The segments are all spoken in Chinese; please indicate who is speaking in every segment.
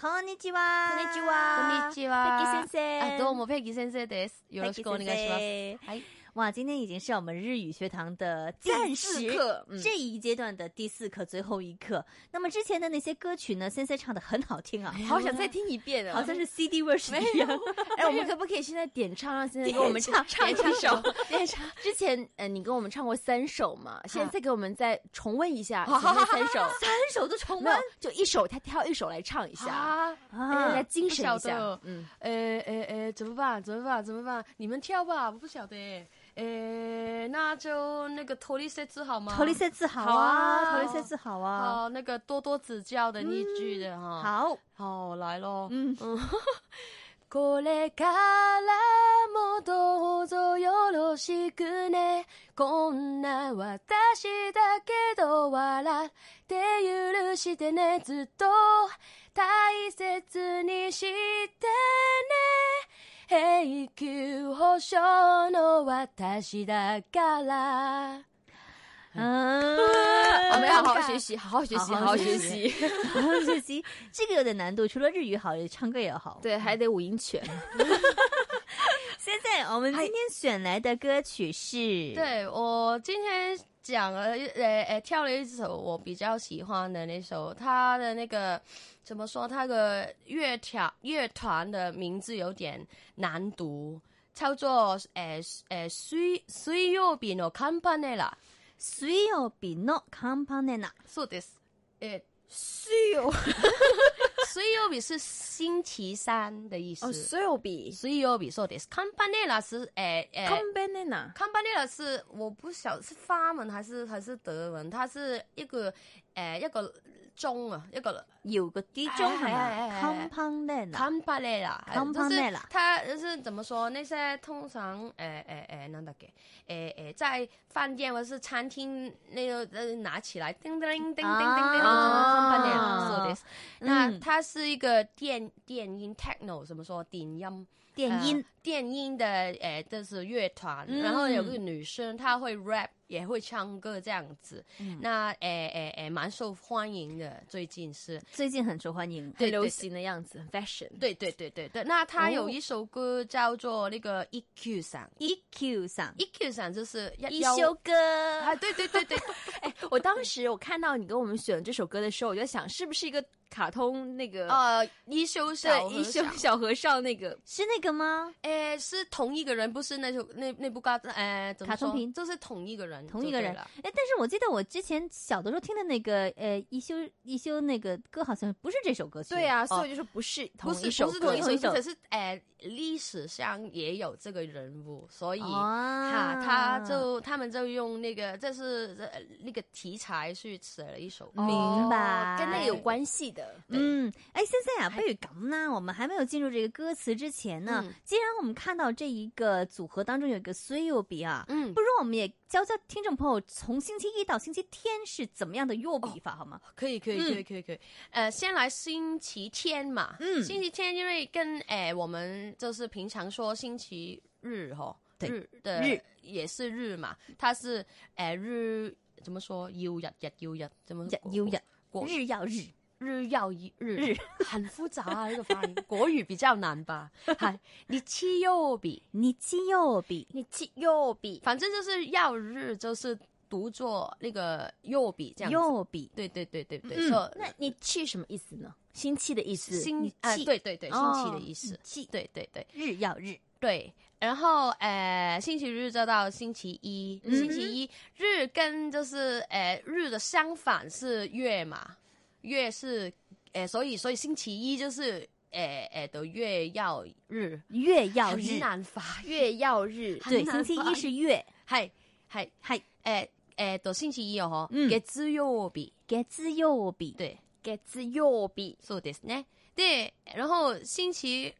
Speaker 1: こんにちは。
Speaker 2: こんにちは。
Speaker 3: こんにちは
Speaker 2: ペッキ先生。
Speaker 3: あ、どうもペギ先生です。よろしくお願いします。
Speaker 2: ペッキ先
Speaker 3: はい、
Speaker 1: 哇，今天已经是我们日语学堂的第
Speaker 2: 暂
Speaker 1: 四
Speaker 2: 时
Speaker 1: 课、
Speaker 2: 嗯
Speaker 1: 这一阶段的第四课最后一课。那么之前的那些歌曲呢，森森唱的很好听啊，
Speaker 3: 哎好想再听一遍
Speaker 1: 好
Speaker 3: 啊！
Speaker 1: 像是 CD version 一样。
Speaker 3: 哎，我们可不可以现在点唱，让先生给我们
Speaker 1: 点唱
Speaker 3: 唱
Speaker 1: 唱一首？
Speaker 3: 点唱。之前呃，你跟我们唱过三首嘛，现在再给我们再重温一下
Speaker 2: 好
Speaker 3: 前面三首。
Speaker 1: 三首都重
Speaker 3: 没
Speaker 1: 温
Speaker 3: 有，就一首他挑一首来唱一下，
Speaker 4: 啊，
Speaker 3: 让大
Speaker 1: 啊
Speaker 3: 家！精
Speaker 4: 不
Speaker 3: 神一
Speaker 4: 晓
Speaker 3: 下
Speaker 4: 得。，
Speaker 3: 嗯，
Speaker 4: 呃呃呃，怎么办？怎么办？怎么办？你们跳吧，我不晓得。呃，那就那个托利塞兹好啊吗？
Speaker 1: 头里塞字好啊，头里塞字好啊，
Speaker 4: 好，那个多多指教的那句的哈。
Speaker 1: 好，
Speaker 4: 好，来咯。
Speaker 1: 嗯，
Speaker 4: これからもどうぞよろしくね。こんな私だけど笑って許してね。ずっと大切にしてね。永久保証の私だから。
Speaker 1: 嗯，
Speaker 3: 我们要好好
Speaker 1: 尴尬
Speaker 3: 学习，好好学习，
Speaker 1: 好好
Speaker 3: 好好
Speaker 1: 学
Speaker 3: 学
Speaker 1: 习
Speaker 3: 习。
Speaker 1: 好好学习，这个有点难度，除了日语好，唱歌也要好。
Speaker 3: 对，还得五音全。
Speaker 1: 现在我们今天选来的歌曲是，，
Speaker 4: 对我今天讲了，呃呃，跳了一首我比较喜欢的那首，它的那个怎么说？它的乐条乐团的名字有点难读，叫做呃呃水水曜日のカンパネラ。
Speaker 1: 水曜日のカンパネラ。
Speaker 4: そうです。呃，
Speaker 3: 是哟，
Speaker 4: 水曜日是星期三的意思。
Speaker 3: 哦，所有比
Speaker 4: 水曜日そうです。カンパネラ是呃呃。
Speaker 3: combination
Speaker 4: Campanella 是我不晓是法文还是还是德文，它是一个诶、呃、一个钟啊，一个
Speaker 1: 有个低中什么
Speaker 4: 哎哎哎哎
Speaker 1: c o m p o n e n
Speaker 4: Campanella，
Speaker 1: Campanella
Speaker 4: 哎就是它就是怎么说？那些通常呃诶诶诶，那大概诶诶，呃在饭店或是餐厅那个呃拿起来叮叮叮叮叮叮叮
Speaker 1: 啊
Speaker 4: ，Campanella 说的是，那它是一个电电音 techno 怎么说？电音。
Speaker 1: 电音
Speaker 4: 呃、电音的诶、呃就是乐团，
Speaker 1: 嗯
Speaker 4: 然后有个女生，她会 rap，也会唱歌这样子。
Speaker 1: 嗯
Speaker 4: 那诶诶诶，蛮受欢迎的，最近是。
Speaker 1: 最近很受欢迎。
Speaker 4: 对
Speaker 3: 很流行的样子，fashion。
Speaker 4: 对对对对对，那她有
Speaker 1: 哦
Speaker 4: 一首歌叫做那个 E EQ 嗓
Speaker 1: EQ 上
Speaker 4: ，EQ 嗓 E 就是一
Speaker 1: 一休哥，
Speaker 4: 啊，对对 对对，
Speaker 3: 我当时我看到你给我们选这首歌的时候，我就想是不是一个卡通那个
Speaker 4: 呃，一休小
Speaker 3: 对
Speaker 4: 和
Speaker 3: 一休
Speaker 4: 尚
Speaker 3: 小和尚那个
Speaker 1: 是那个吗？
Speaker 4: 诶，是同一个人，不是那首那那部歌，诶，怎么
Speaker 1: 卡通
Speaker 4: 说
Speaker 1: 片
Speaker 4: 就是同一个人，
Speaker 1: 同一个人
Speaker 4: 了。
Speaker 1: 哎，但是我记得我之前小的时候听的那个，呃，一休一休那个歌好像不是这首歌曲。
Speaker 3: 对啊，
Speaker 1: 哦
Speaker 3: 所以就是不是同
Speaker 4: 不是
Speaker 3: 一首
Speaker 4: 不是
Speaker 3: 歌
Speaker 4: 同一
Speaker 1: 同一
Speaker 4: 首
Speaker 1: 首
Speaker 4: 歌，可是诶，历史上也有这个人物，所以。
Speaker 1: 啊
Speaker 4: 哈，他就他们就用那个，这是呃那个题材去写了一首歌，
Speaker 1: 明白，
Speaker 3: 哦跟那个有关系的。
Speaker 1: 嗯，哎，现在啊，不如咁啦，我们还没有进入这个歌词之前呢，
Speaker 4: 嗯
Speaker 1: 既然我们看到这一个组合当中有一个 s u 比啊，
Speaker 4: 嗯
Speaker 1: 不如我们也教教听众朋友从星期一到星期天是怎么样的 u 比法好吗？
Speaker 4: 可以，可以，可以，可以，可以。呃，先来星期天嘛，
Speaker 1: 嗯
Speaker 4: 星期天因为跟诶、我们就是平常说星期日吼，
Speaker 1: 对
Speaker 4: 日的
Speaker 1: 日
Speaker 4: 也是日嘛，它是诶、呃日怎么说？曜日日曜日怎么
Speaker 1: 日曜日
Speaker 4: 国
Speaker 1: 日曜日，
Speaker 4: 日曜日日很复杂啊，这个发音国语比较难 吧？嗨，你七曜日，
Speaker 1: 你七 u 比，
Speaker 3: 你记右比
Speaker 4: 反正就是曜日就是读作那个曜日这样子。
Speaker 1: u 比，
Speaker 4: 对对对对对，
Speaker 1: 嗯
Speaker 4: 说
Speaker 3: 那你去什么意思呢？星期的意思，
Speaker 4: 星
Speaker 3: 你
Speaker 4: 啊，
Speaker 3: 气
Speaker 4: 对对对，星期的
Speaker 3: 哦
Speaker 4: 意思，
Speaker 1: 气
Speaker 4: 对对对
Speaker 1: 日曜日，
Speaker 4: 对。然后呃，星期日就到星期一，星期一日跟就是呃日的相反是月嘛，月是呃，所以所以星期一就是呃呃的月曜日，
Speaker 1: 月曜
Speaker 4: 很
Speaker 1: 日，
Speaker 4: 难发 音，
Speaker 3: 月曜日，
Speaker 4: 很
Speaker 1: 对，
Speaker 4: 难
Speaker 1: 星期
Speaker 4: 发
Speaker 1: 一
Speaker 4: 音
Speaker 1: 是月，
Speaker 4: 系系
Speaker 1: 嗨，
Speaker 4: 诶诶，到星期一哦，
Speaker 1: 嗯
Speaker 4: 月曜日，
Speaker 1: 月曜日，
Speaker 4: 对，
Speaker 3: 月曜日，
Speaker 4: そうですね。で、然后星期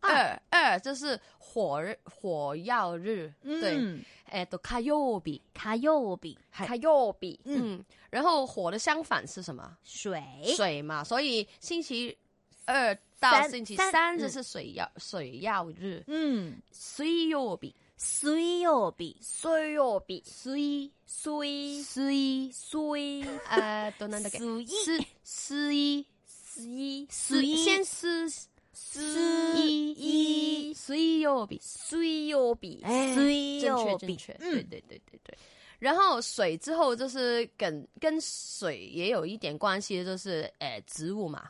Speaker 4: 二二就是火日火曜日，对，呃
Speaker 1: 嗯，
Speaker 4: 诶，到火曜日，
Speaker 1: 卡曜日，
Speaker 4: 嗨
Speaker 3: 卡曜比，
Speaker 4: 嗯，然后火的相反是什么？
Speaker 1: 水，
Speaker 4: 水嘛，所以星期二到
Speaker 1: 三
Speaker 4: 星期
Speaker 1: 三
Speaker 4: 三嗯就是水曜水曜日，
Speaker 1: 嗯，
Speaker 4: 水曜日，
Speaker 1: 水曜日，
Speaker 3: 水曜日，
Speaker 4: 水
Speaker 3: 水
Speaker 4: 水
Speaker 3: 水
Speaker 4: 呃，到那个
Speaker 1: 水
Speaker 4: 水
Speaker 3: 水
Speaker 4: 水水先右笔，
Speaker 3: 虽有比，
Speaker 4: 哎
Speaker 1: 虽
Speaker 4: 正确
Speaker 1: 有
Speaker 4: 正
Speaker 1: 比
Speaker 4: 确，
Speaker 1: 嗯，
Speaker 4: 对对对对对。然后水之后就是跟跟水也有一点关系，就是呃植物嘛。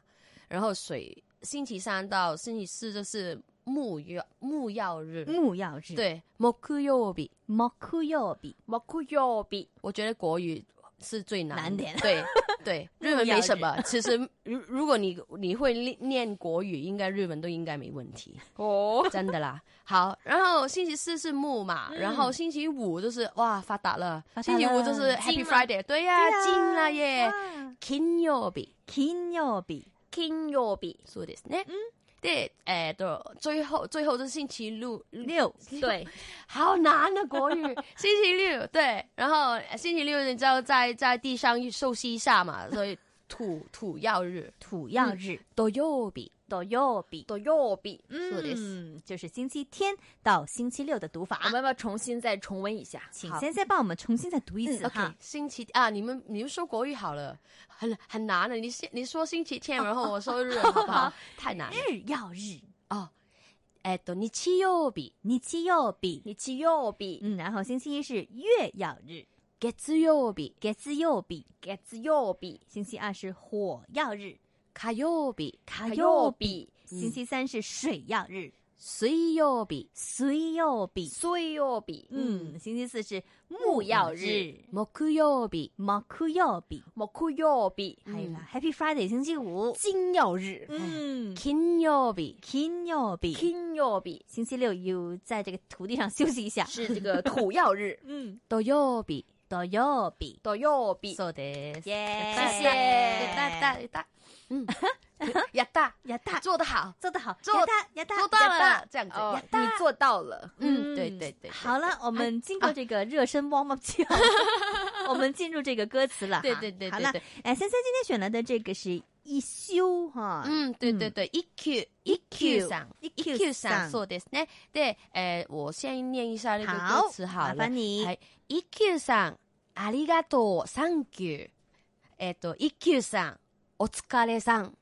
Speaker 4: 然后水星期三到星期四就是木曜木曜日，
Speaker 1: 木曜日，，
Speaker 4: 对木曜日。
Speaker 1: 木曜日，
Speaker 3: 莫库有比，
Speaker 4: 我觉得国语是最难
Speaker 1: 难点
Speaker 4: 对对，
Speaker 1: 木曜
Speaker 4: 日文没什么。其实如如果你你会念念国语，应该日文都应该没问题。
Speaker 3: 哦，
Speaker 4: 真的啦。好，然后星期四是木嘛，
Speaker 1: 嗯
Speaker 4: 然后星期五就是哇发达了，
Speaker 1: 发达
Speaker 4: 星
Speaker 1: 了
Speaker 4: 期五就是
Speaker 3: 金
Speaker 4: Happy
Speaker 3: 吗
Speaker 4: Friday，对呀、金了耶，金曜日。
Speaker 1: 金曜日，
Speaker 3: 金曜日，
Speaker 4: そうですね。
Speaker 1: 嗯
Speaker 4: で、えっ、と、最後、最後就是星期六、
Speaker 1: 六
Speaker 3: 对，
Speaker 4: 好难的国语。星期六，对，然后呃星期六你知道在在地上休息一下嘛，所以土土曜日，
Speaker 1: 土曜日，
Speaker 4: 土曜日，
Speaker 1: 土曜日，
Speaker 3: 土曜日。
Speaker 1: 嗯
Speaker 4: そうです
Speaker 1: 就是星期天到星期六的读法
Speaker 3: 我。们要不要重新再重温一下？
Speaker 1: 请
Speaker 4: 好
Speaker 1: 先生帮我们重新再读一次
Speaker 4: OK，
Speaker 1: 哈。
Speaker 4: 星期啊，你们你们说国语好了，很很难的。你先你说星期天，然后我说日文好不好？太难了。
Speaker 1: 日曜日，
Speaker 4: 哦，えっと日曜日、
Speaker 1: 日曜日，
Speaker 3: 日曜日、
Speaker 1: 嗯，然后星期一是月曜日，
Speaker 4: 嗯月曜日、
Speaker 1: 月曜日，
Speaker 3: 月曜日、
Speaker 1: 星期二是火曜日，
Speaker 4: 火曜日、
Speaker 1: 火
Speaker 3: 曜
Speaker 1: 曜日，
Speaker 3: 日、
Speaker 1: 星期三是水曜日，
Speaker 4: 水曜日、
Speaker 1: 水曜日，
Speaker 3: 水曜日、
Speaker 1: 嗯，星期四是
Speaker 3: 木
Speaker 1: 木
Speaker 3: 曜
Speaker 1: 曜
Speaker 3: 日
Speaker 1: 日，
Speaker 4: 木曜日、
Speaker 1: 木曜日，
Speaker 3: 木曜日、
Speaker 1: 还有
Speaker 4: 嗯
Speaker 1: 呢 Happy Friday 星期五，
Speaker 3: 金曜日、
Speaker 1: 嗯，
Speaker 4: 金曜日、
Speaker 1: 金曜日，
Speaker 3: 金曜日
Speaker 1: 星期六又在这个土地上休息一下，、
Speaker 3: 是这个土曜日
Speaker 1: 嗯，
Speaker 4: 土曜日。
Speaker 1: 土曜日，
Speaker 3: 土曜 日。
Speaker 4: そうです。
Speaker 1: 耶，
Speaker 3: 谢谢
Speaker 4: 大大大，嗯，やった，
Speaker 1: 呀大
Speaker 4: 做得好，
Speaker 1: 做得好，
Speaker 4: 做
Speaker 1: 呀大呀大
Speaker 4: 做到
Speaker 1: 呀大
Speaker 4: 了，这样子，
Speaker 3: 哦
Speaker 4: やっ，
Speaker 3: 你
Speaker 4: た
Speaker 3: 做到了。
Speaker 4: 嗯，对对对，
Speaker 1: 好了，我们经过这个热身 warm up 之 后，我们进入这个歌词了哈。
Speaker 4: 对对对
Speaker 1: 好
Speaker 4: 对
Speaker 1: 了
Speaker 4: 对，，
Speaker 1: 哎，森森今天选来的这个是一休哈，
Speaker 4: 嗯，对对对一 q 一 q さん。一
Speaker 1: EQ
Speaker 4: Q さ
Speaker 1: さ
Speaker 4: ん、
Speaker 1: ん
Speaker 4: そうですね。で、えー、我先念一下那个
Speaker 1: 好哎
Speaker 4: 歌词，好
Speaker 1: 麻
Speaker 4: 了。
Speaker 1: 烦你
Speaker 4: はい。一 Q さん、ありがとう、サンキュー。えっ、と、一 Q さん、お疲れさん。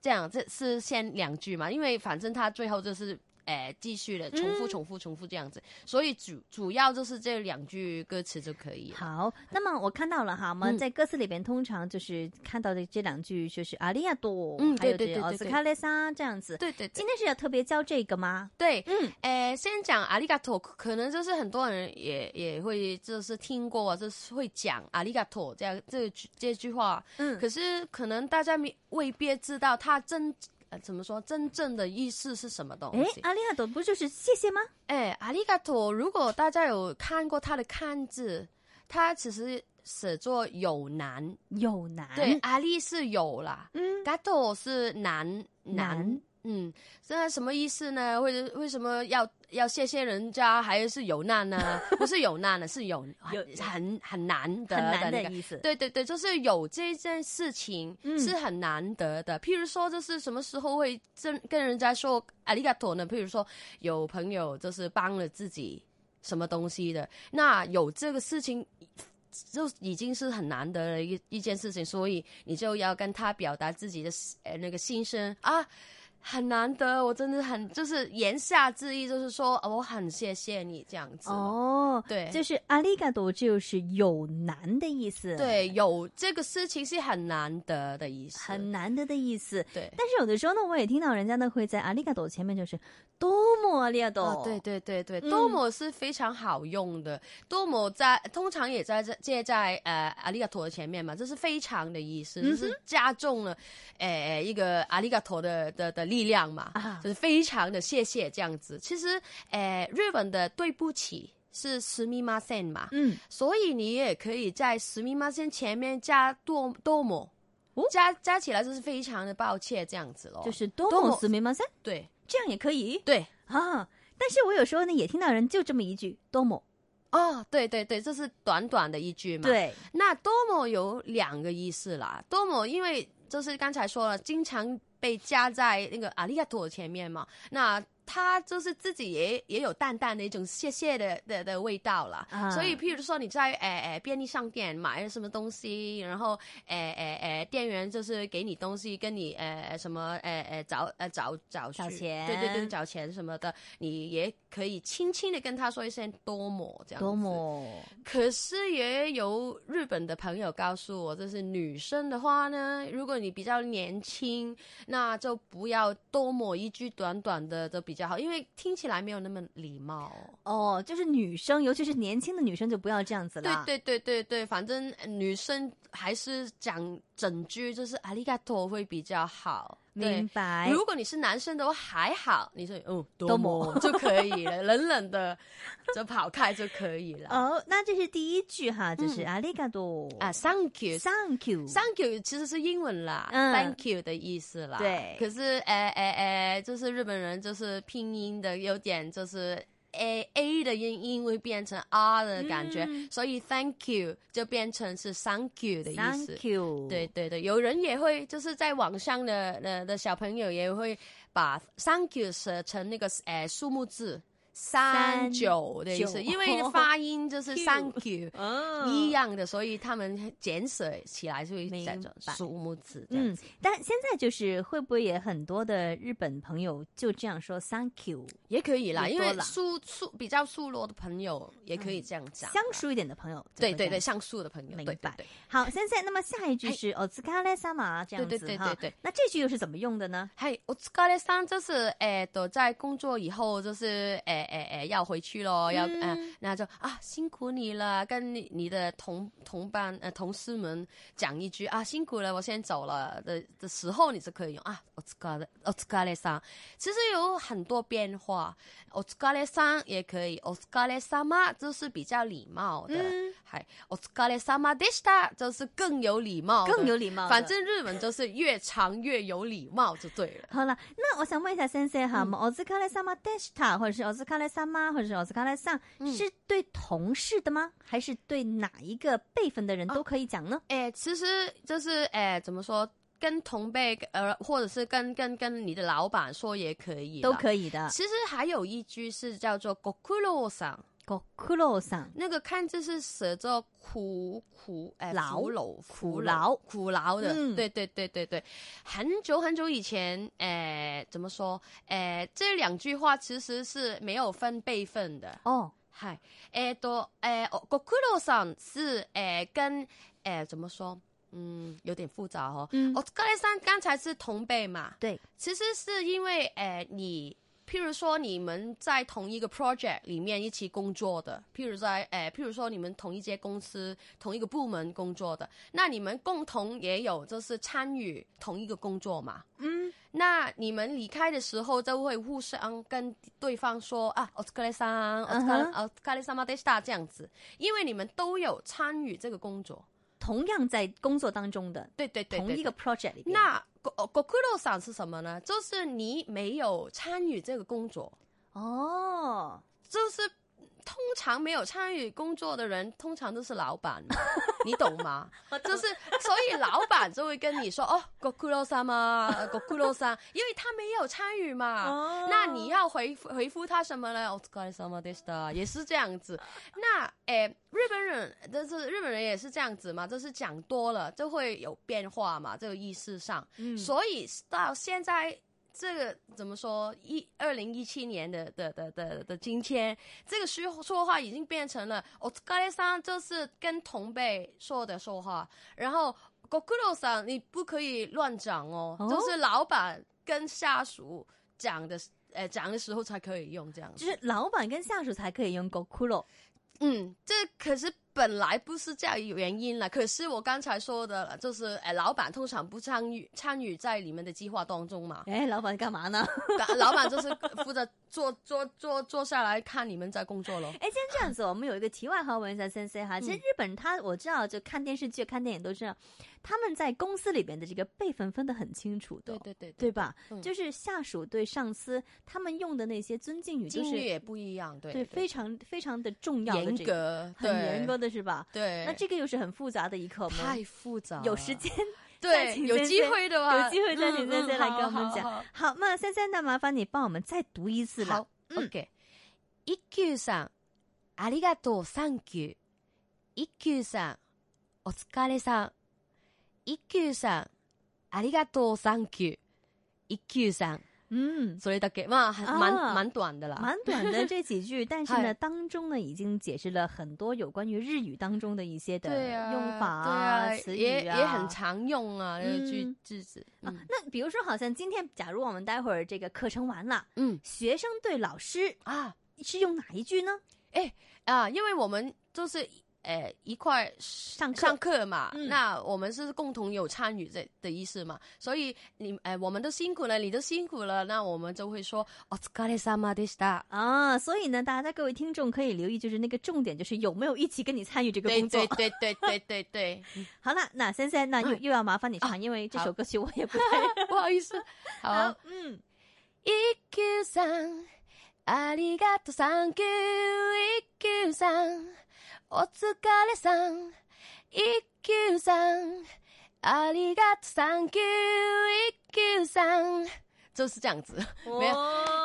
Speaker 4: 这样，这是先两句嘛，因为反正他最后就是，呃，继续了，重复、重复、重复这样子，所以主主要就是这两句歌词就可以了。
Speaker 1: 好，那么我看到了哈，我们
Speaker 4: 嗯
Speaker 1: 在歌词里边通常就是看到的这两句就是阿利亚多，
Speaker 4: 嗯
Speaker 1: 还有这
Speaker 4: 对对
Speaker 1: 个奥
Speaker 4: 对
Speaker 1: 斯
Speaker 4: 对对
Speaker 1: 卡雷莎这样子。
Speaker 4: 对对对
Speaker 1: 今天是要特别教这个吗？
Speaker 4: 对，
Speaker 1: 嗯，
Speaker 4: 诶，先讲阿里嘎多，可能就是很多人也也会就是听过，啊就是会讲阿里嘎多这样这句这句话，
Speaker 1: 嗯
Speaker 4: 可是可能大家没未必知道它真、呃、怎么说真正的意思是什么东
Speaker 1: 哎，
Speaker 4: 西。
Speaker 1: 阿利亚多不就是谢谢吗？
Speaker 4: 诶，阿里嘎多，如果大家有看过它的汉字，它其实写作有男，
Speaker 1: 有难，
Speaker 4: 对，，阿里是有啦，
Speaker 1: 嗯，
Speaker 4: 嘎多是男
Speaker 1: 男
Speaker 4: 男，嗯，这什么意思呢？或者为什么要要谢谢人家，还是有难呢？不是有难呢，啊是有
Speaker 1: 有
Speaker 4: 很很难得
Speaker 1: 很难
Speaker 4: 那
Speaker 1: 的
Speaker 4: 个。
Speaker 1: 意思。
Speaker 4: 对对对，就是有这件事情
Speaker 1: 嗯
Speaker 4: 是很难得的。譬如说，就是什么时候会真跟人家说阿里嘎多呢？譬如说，有朋友就是帮了自己什么东西的，那有这个事情。就已经是很难得的一一件事情，所以你就要跟他表达自己的呃那个心声啊，很难得，我真的很就是言下之意就是说，哦我很谢谢你这样子。
Speaker 1: 哦，
Speaker 4: 对
Speaker 1: 就是阿利嘎多就是有难的意思，
Speaker 4: 对，，有这个事情是很难得的意思。
Speaker 1: 很难得的意思。
Speaker 4: 对，
Speaker 1: 但是有的时候呢，我也听到人家呢会在阿利嘎多前面就是多么阿利嘎
Speaker 4: 哦
Speaker 1: 多，，
Speaker 4: 对对对对，
Speaker 1: 嗯
Speaker 4: 多么是非常好用的，多么在通常也在这借在呃阿里嘎多的前面嘛，这是非常的意
Speaker 1: 嗯
Speaker 4: 思，就是加重了呃一个阿里嘎多的的的力量嘛，
Speaker 1: 啊
Speaker 4: 就是非常的谢谢这样子。其实呃日本的对不起是すみません嘛，
Speaker 1: 嗯，
Speaker 4: 所以你也可以在すみません前面加多多么
Speaker 1: 哦。
Speaker 4: 加加起来就是非常的抱歉这样子咯，
Speaker 1: 就是多
Speaker 4: 多
Speaker 1: 么
Speaker 4: 么
Speaker 1: 斯密马森，
Speaker 4: 对
Speaker 1: 这样也可以。
Speaker 4: 对，
Speaker 1: 啊。但是我有时候呢也听到人就这么一句多么，
Speaker 4: 哦，对对对，这是短短的一句嘛。，
Speaker 1: 对，
Speaker 4: 那多么有两个意思啦。多么因为就是刚才说了，经常被加在那个阿里亚多前面嘛。那他就是自己也也有淡淡的一种谢谢的的的味道了。
Speaker 1: 啊
Speaker 4: 所以，譬如说你在诶诶便利商店买了什么东西，然后诶诶诶店员就是给你东西，跟你诶诶什么诶诶找呃找找
Speaker 1: 找
Speaker 4: 去
Speaker 1: 钱
Speaker 4: 对对对，找钱什么的，你也可以轻轻的跟他说一声多么这样。
Speaker 1: 多。么
Speaker 4: 可是也有日本的朋友告诉我，就是女生的话呢，如果你比较年轻，那就不要多抹一句短短的都比较好，因为听起来没有那么礼貌。
Speaker 1: 哦，就是女生，尤其是年轻的女生就不要这样子
Speaker 4: 对
Speaker 1: 了。
Speaker 4: 对对对对，反正呃女生还是讲整句就是阿里嘎多会比较好。对
Speaker 1: 明，白。
Speaker 4: 如果你是男生的话还好，你说哦多
Speaker 1: 么
Speaker 4: 么就可以了，冷冷的就跑开就可以 了。
Speaker 1: 哦，那这是第一句哈，就是
Speaker 4: 嗯
Speaker 1: 阿里嘎多
Speaker 4: 啊，thank you，
Speaker 1: ，thank you，
Speaker 4: Thank you 其实是英文啦、
Speaker 1: 嗯
Speaker 4: t h a n k you 的意思啦。
Speaker 1: 对
Speaker 4: 可是呃呃呃，就是日本人就是拼音的有点就是。A A 的音音会变成 R 的感觉，
Speaker 1: 嗯
Speaker 4: 所以 Thank you 就变成是 Thank you 的意思。
Speaker 1: thank you，
Speaker 4: 对对对，有人也会就是在网上的的的小朋友也会把 Thank you 写成那个呃数目字
Speaker 1: 三
Speaker 4: 三九的意
Speaker 1: 九哦
Speaker 4: 思，因为发音就是
Speaker 1: Q
Speaker 4: Thank you。
Speaker 1: 嗯
Speaker 4: 一样的，所以他们简写起来就会
Speaker 1: 明
Speaker 4: 这种
Speaker 1: 白
Speaker 4: 数目字这样
Speaker 1: 嗯
Speaker 4: 子。，
Speaker 1: 但现在就是会不会也很多的日本朋友就这样说 “thank you”，
Speaker 4: 也可以啦，
Speaker 1: 也
Speaker 4: 因
Speaker 1: 多
Speaker 4: 为
Speaker 1: 啦
Speaker 4: 素素比较素落的朋友也可以这样讲啦。啊
Speaker 1: 相熟一点的朋友就
Speaker 4: 对
Speaker 1: 会
Speaker 4: 对
Speaker 1: 这
Speaker 4: 对，
Speaker 1: 样
Speaker 4: 相熟的朋友，
Speaker 1: 明
Speaker 4: 对对
Speaker 1: 白
Speaker 4: 对。
Speaker 1: 好，现在那么下一句是 “o z k a r e s a m a 这样
Speaker 4: 对
Speaker 1: 子
Speaker 4: 对对
Speaker 1: 哈
Speaker 4: 对对，
Speaker 1: 那这句又是怎么用的呢？
Speaker 4: 嗨，我疲れさん就是诶，都、在工作以后就是诶诶诶要回去咯，要嗯、呃，那就啊辛苦你了，跟你你的同同伴呃同事们讲一句啊辛苦了，我先走了的的时候，你是可以用啊我疲れ我疲れさん，其实有很多变化，我疲れさん也可以，我疲れ様就是比较礼貌的，
Speaker 3: 嗯
Speaker 1: 嗯
Speaker 4: 嗨、我疲れ様でした就是更有礼貌的，
Speaker 1: 更有礼貌的
Speaker 4: 反正日本就是越长越有礼貌就对了。
Speaker 1: 好了，那我想问一下先生
Speaker 4: 嗯
Speaker 1: 哈，我们 “o z k a r e s a m a d e s t a 或者是 “o z k a r e s a m a 或者是 “o z k a r e s a
Speaker 4: 嗯
Speaker 1: n 是对同事的吗？还是对哪一个辈分的
Speaker 4: 哦
Speaker 1: 人都可以讲呢？
Speaker 4: 诶、其实就是诶、怎么说，跟同辈呃，或者是跟跟跟你的老板说也可以，
Speaker 1: 都
Speaker 4: 以。
Speaker 1: 可以的。
Speaker 4: 其实还有一句是叫做 “gokulo 桑”，
Speaker 1: ご苦労さん，
Speaker 4: 那个看就是写作苦苦哎
Speaker 1: 劳
Speaker 4: 苦劳
Speaker 1: 苦
Speaker 4: 苦
Speaker 1: 劳
Speaker 4: 劳苦劳的，
Speaker 1: 嗯
Speaker 4: 对对对对对。很久很久以前，哎、怎么说？哎、这两句话其实是没有分辈分的。
Speaker 1: 哦，
Speaker 4: 嗨，哎、多哎，哦ご苦労さん是哎、跟哎、怎么说？嗯，有点复杂哦。
Speaker 1: 嗯
Speaker 4: 我刚才上刚才是同辈嘛，
Speaker 1: 对，
Speaker 4: 其实是因为诶、呃你譬如说你们在同一个 project 里面一起工作的，譬如在诶、呃譬如说你们同一间公司、同一个部门工作的，那你们共同也有就是参与同一个工作嘛。
Speaker 1: 嗯，
Speaker 4: 那你们离开的时候就会互相跟对方说啊，お疲れさん、お疲れ、哦
Speaker 1: 嗯
Speaker 4: お疲れ様でした这样子，因为你们都有参与这个工作。
Speaker 1: 同样在工作当中的
Speaker 4: 对对对对
Speaker 1: 同一
Speaker 4: 对
Speaker 1: 个 project 里边，
Speaker 4: 那国呃国库洛桑是什么呢？就是你没有参与这个工作，
Speaker 1: 哦，
Speaker 4: 就是通常没有参与工作的人，通常都是老板嘛，你懂吗？就是所以老板就会跟你说哦，国库洛桑嘛，国库洛桑，因为他没有参与嘛。
Speaker 1: 哦
Speaker 4: 啊那你要回复回复他什么呢？哦お疲れ様でした，也是这样子。那诶、日本人就是日本人也是这样子嘛，就是讲多了就会有变化嘛，这个意识上。
Speaker 1: 嗯
Speaker 4: 所以到现在这个怎么说一二零一七年的的的的的今天，这个说说话已经变成了我刚才上就是跟同辈说的说话，然后国库洛桑你不可以乱讲哦，
Speaker 1: 哦
Speaker 4: 就是老板跟下属讲的。呃，讲的时候才可以用这样
Speaker 1: 就
Speaker 4: 子，
Speaker 1: 是老板跟下属才可以用 go k u r o
Speaker 4: 嗯，这可是本来不是这样原因了。可是我刚才说的了，就是，呃，老板通常不参与参与在你们的计划当中嘛，
Speaker 1: 哎，老板干嘛呢？
Speaker 4: 老老板就是负责坐坐坐坐下来看你们在工作咯。
Speaker 1: 哎，今天这样子，我们有一个题外话问一下森森哈。其实
Speaker 4: 嗯
Speaker 1: 日本他我知道，就看电视剧、看电影都知道，他们在公司里边的这个辈分分得很清楚的，
Speaker 4: 对对对
Speaker 1: 对，吧？
Speaker 4: 嗯
Speaker 1: 就是下属对上司，他们用的那些尊敬语，就
Speaker 4: 境遇
Speaker 1: 是
Speaker 4: 也不一样，对
Speaker 1: 对非常非常的重要的
Speaker 4: 严
Speaker 1: 这个，
Speaker 4: 格，
Speaker 1: 很严格
Speaker 4: 对。
Speaker 1: 的是吧？
Speaker 4: 对，
Speaker 1: 那这个又是很复杂的一课，我们
Speaker 4: 太复杂了，
Speaker 1: 有时间 再
Speaker 4: 对，
Speaker 1: 请
Speaker 4: 有
Speaker 1: 先
Speaker 4: 机
Speaker 1: 生
Speaker 4: 会的话，
Speaker 1: 有机会再请先
Speaker 4: 嗯嗯
Speaker 1: 生来跟我们
Speaker 4: 好
Speaker 1: 讲
Speaker 4: 好好
Speaker 1: 好，那三三呢？麻烦你帮我们再读一次了
Speaker 4: 好。OK，一休さん、ありがとう、サンキュー。一休さん、お疲れさん。一休さん、ありがとう、サンキュー。一休さん、
Speaker 1: 嗯，
Speaker 4: それだけ。まあ、
Speaker 1: あー
Speaker 4: 蛮啊蛮短的啦。
Speaker 1: 蛮短的这几 句，但是呢，
Speaker 4: 嗨
Speaker 1: 当中呢已经解释了很多有关于日语当中的一些的
Speaker 4: 对啊，
Speaker 1: 用法
Speaker 4: 对啊，
Speaker 1: 词语
Speaker 4: 也也很
Speaker 1: 啊
Speaker 4: 常用啊，那个句
Speaker 1: 嗯
Speaker 4: 句子。
Speaker 1: 啊
Speaker 4: 嗯，
Speaker 1: 那比如说，好像今天，假如我们待会儿这个课程完了，
Speaker 4: 嗯
Speaker 1: 学生对老师
Speaker 4: 啊
Speaker 1: 是用哪一句呢？
Speaker 4: 啊，因为我们就是呃一块
Speaker 1: 上课
Speaker 4: 上课嘛，
Speaker 1: 嗯
Speaker 4: 那我们是共同有参与这的意思嘛，所以你哎、我们都辛苦了，你都辛苦了，那我们就会说お疲れ様でした。
Speaker 1: 啊，所以呢，大家各位听众可以留意，就是那个重点就是有没有一起跟你参与这个
Speaker 4: 对
Speaker 1: 工作。
Speaker 4: 对对对对对对，
Speaker 1: 好了，那森森，那又、又要麻烦你唱，因为这
Speaker 4: 好
Speaker 1: 首歌曲我也不 太
Speaker 4: 不好意思，好，
Speaker 1: 嗯，
Speaker 4: 一休さん、ありがとうサンキュー、一休さん、お疲れさん、一休さん、ありがとうサンキュー、一休さん，就是这样子。没有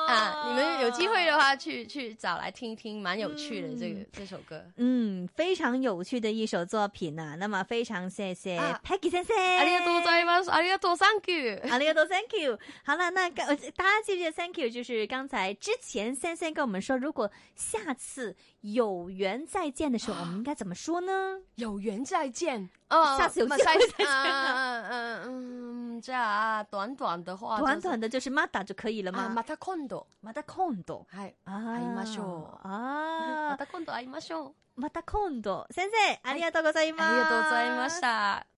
Speaker 4: 啊，你们有机会的话去去找来听一听，蛮有趣的、这个这首歌。
Speaker 1: 嗯，非常有趣的一首作品呐、那么非常谢谢
Speaker 4: 啊
Speaker 1: Peggy 先生，
Speaker 4: ありがとうございます。ありがとう、Thank you。
Speaker 1: 好了，多 Thank you。好了，那刚呃大家记不记得 Thank you？就是刚才之前三三跟我们说，如果下次有缘再见的时候，我们应该怎么说呢？
Speaker 4: 有缘再见哦
Speaker 1: 下次有
Speaker 4: 那
Speaker 1: 机会再见
Speaker 4: 嗯嗯嗯嗯嗯，这样啊，短短的话、
Speaker 1: 短短的就是 mata 就可以了
Speaker 4: 的啊，
Speaker 1: 吗
Speaker 4: また今度，
Speaker 1: ？mata kondo
Speaker 4: はい、
Speaker 1: 啊，
Speaker 4: 会いましょうま
Speaker 1: 啊
Speaker 4: た今度会いましょう。哎
Speaker 1: ，mata kondo 先生，ありがとうございます。
Speaker 4: ありがとうございました。